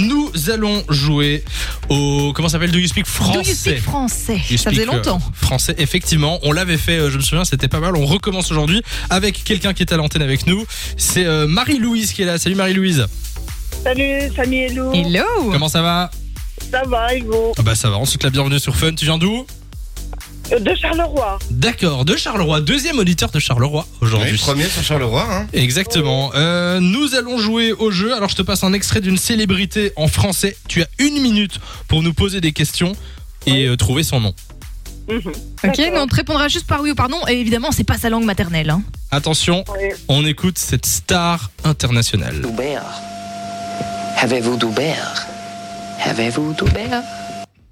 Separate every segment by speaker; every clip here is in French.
Speaker 1: nous allons jouer au. Comment ça s'appelle Do You Speak
Speaker 2: Do you
Speaker 1: français
Speaker 2: speak français
Speaker 1: You
Speaker 2: Ça faisait
Speaker 1: Speak, euh,
Speaker 2: longtemps.
Speaker 1: Français, effectivement. On l'avait fait, euh, je me souviens, c'était pas mal. On recommence aujourd'hui avec quelqu'un qui est à l'antenne avec nous. C'est euh, Marie-Louise qui est là. Salut Marie-Louise.
Speaker 3: Salut, Samy et Lou.
Speaker 2: Hello
Speaker 1: Comment ça va
Speaker 3: Ça va, ils vont.
Speaker 1: Ah Bah ça va, on te souhaite la bienvenue sur Fun. Tu viens d'où
Speaker 3: Euh, De Charleroi.
Speaker 1: D'accord, de Charleroi. Deuxième auditeur de Charleroi aujourd'hui.
Speaker 4: Oui, premier sur Charleroi. Hein.
Speaker 1: Exactement. Euh, nous allons jouer au jeu. Alors, je te passe un extrait d'une célébrité en français. Tu as une minute pour nous poser des questions et euh, trouver son nom.
Speaker 3: Mhm.
Speaker 2: Ok,
Speaker 3: D'accord.
Speaker 2: mais on te répondra juste par oui ou par non. Et évidemment, c'est pas sa langue maternelle. hein.
Speaker 1: Attention,
Speaker 3: Oui.
Speaker 1: on écoute cette star internationale.
Speaker 5: Doubert Avez-vous Doubert Avez-vous Doubert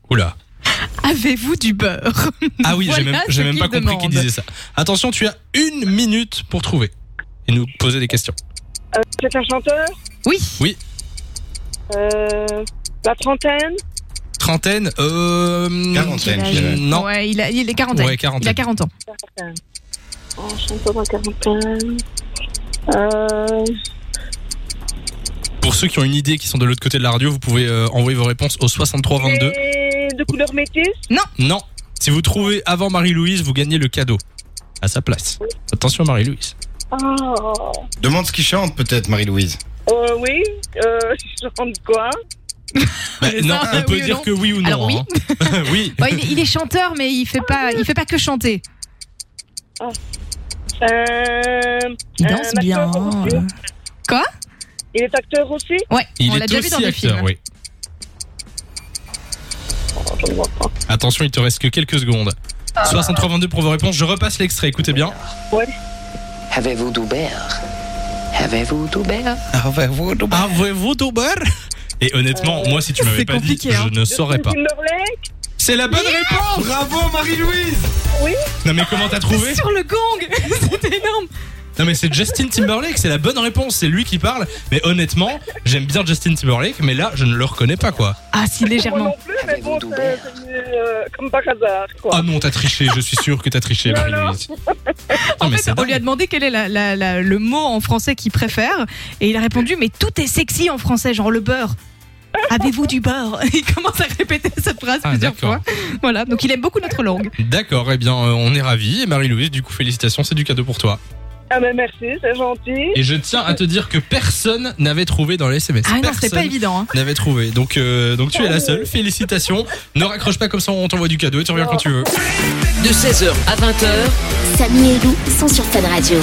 Speaker 1: Oula.
Speaker 2: Avez-vous du beurre
Speaker 1: Ah oui, j'ai
Speaker 2: Voilà
Speaker 1: même, j'ai
Speaker 2: ce
Speaker 1: même
Speaker 2: qu'il
Speaker 1: pas compris
Speaker 2: demande.
Speaker 1: qui disait ça. Attention, tu as une minute pour trouver et nous poser des questions.
Speaker 3: Euh, c'est un chanteur
Speaker 2: Oui.
Speaker 3: euh, La trentaine
Speaker 1: Trentaine, euh.
Speaker 4: Quarantaine, je
Speaker 2: Quel
Speaker 4: dirais.
Speaker 2: âge
Speaker 1: Non.
Speaker 2: Ouais, il, a, il est quarantaine.
Speaker 1: Ouais,
Speaker 2: Il a
Speaker 1: quarantaine.
Speaker 2: 40 ans.
Speaker 3: Un chanteur de quarantaine. Euh,
Speaker 1: Pour ceux qui ont une idée, qui sont de l'autre côté de la radio, vous pouvez euh, envoyer vos réponses au 6322.
Speaker 3: et de couleur métisse
Speaker 1: Non. Si vous trouvez avant Marie-Louise, vous gagnez le cadeau. À sa place. Attention Marie-Louise.
Speaker 3: oh.
Speaker 4: Demande ce qu'il chante peut-être, Marie-Louise.
Speaker 3: euh, Oui, euh, je chante quoi
Speaker 1: Bah,
Speaker 2: C'est
Speaker 1: non,
Speaker 2: ça,
Speaker 1: on
Speaker 2: euh,
Speaker 1: peut
Speaker 2: oui ou
Speaker 1: dire
Speaker 2: non
Speaker 1: que oui ou non.
Speaker 2: Alors oui.
Speaker 1: hein. oui.
Speaker 2: Ouais, il, est- il est chanteur, mais il fait pas, il fait pas que chanter.
Speaker 3: euh,
Speaker 2: Il
Speaker 3: un
Speaker 2: danse bien.
Speaker 3: acteur aussi.
Speaker 2: euh.
Speaker 3: Il est acteur aussi
Speaker 2: Ouais,
Speaker 1: Il
Speaker 2: on
Speaker 1: est
Speaker 2: l'a déjà vu
Speaker 1: aussi
Speaker 2: dans des
Speaker 1: acteur,
Speaker 2: films.
Speaker 1: oui. Attention, il te reste que quelques secondes. 63-22 pour vos réponses. Je repasse l'extrait, écoutez bien.
Speaker 5: Avez-vous Doubert Avez-vous Doubert
Speaker 4: Avez-vous Doubert
Speaker 1: Avez-vous Dober Et honnêtement, moi, si tu m'avais
Speaker 2: Euh, c'est
Speaker 1: pas dit,
Speaker 2: compliqué, hein.
Speaker 1: je ne saurais pas.
Speaker 3: Timberlake
Speaker 1: C'est la bonne réponse
Speaker 4: Bravo, Marie-Louise
Speaker 1: Non, mais comment t'as trouvé
Speaker 2: Sur le gong C'était énorme
Speaker 1: Non, mais c'est Justin Timberlake, c'est la bonne réponse, c'est lui qui parle. Mais honnêtement, j'aime bien Justin Timberlake, mais là, je ne le reconnais pas, quoi.
Speaker 2: Ah, si,
Speaker 3: Moi
Speaker 2: légèrement.
Speaker 3: non plus, mais bon,
Speaker 5: Avez-vous
Speaker 3: c'est
Speaker 5: Doubert
Speaker 3: c'est venu, euh, comme par hasard. Quoi.
Speaker 1: Ah non, t'as triché, je suis sûr que t'as triché,
Speaker 3: Non, non.
Speaker 1: Marie-Louise.
Speaker 2: En
Speaker 1: mais
Speaker 2: fait,
Speaker 1: c'est
Speaker 2: on lui a
Speaker 1: dingue.
Speaker 2: demandé quel est la- la- la- le mot en français qu'il préfère. Et il a répondu Mais tout est sexy en français, genre le beurre. Avez-vous du beurre Il commence à répéter cette phrase
Speaker 1: Ah,
Speaker 2: plusieurs
Speaker 1: d'accord.
Speaker 2: fois. Voilà, donc il aime beaucoup notre langue.
Speaker 1: D'accord, eh bien, euh, on est ravis. Et Marie-Louise, du coup, félicitations, c'est du cadeau pour toi.
Speaker 3: Ah, mais merci, c'est gentil.
Speaker 1: Et je tiens à te dire que personne n'avait trouvé dans les SMS.
Speaker 2: Ah non,
Speaker 1: Personne
Speaker 2: c'est pas évident. hein.
Speaker 1: n'avait trouvé. Donc, euh, donc tu es la seule. Félicitations. Ne raccroche pas comme ça, on t'envoie du cadeau et tu reviens quand tu veux.
Speaker 6: De 16h à 20h,
Speaker 7: Samy et Lou sont sur Fun Radio.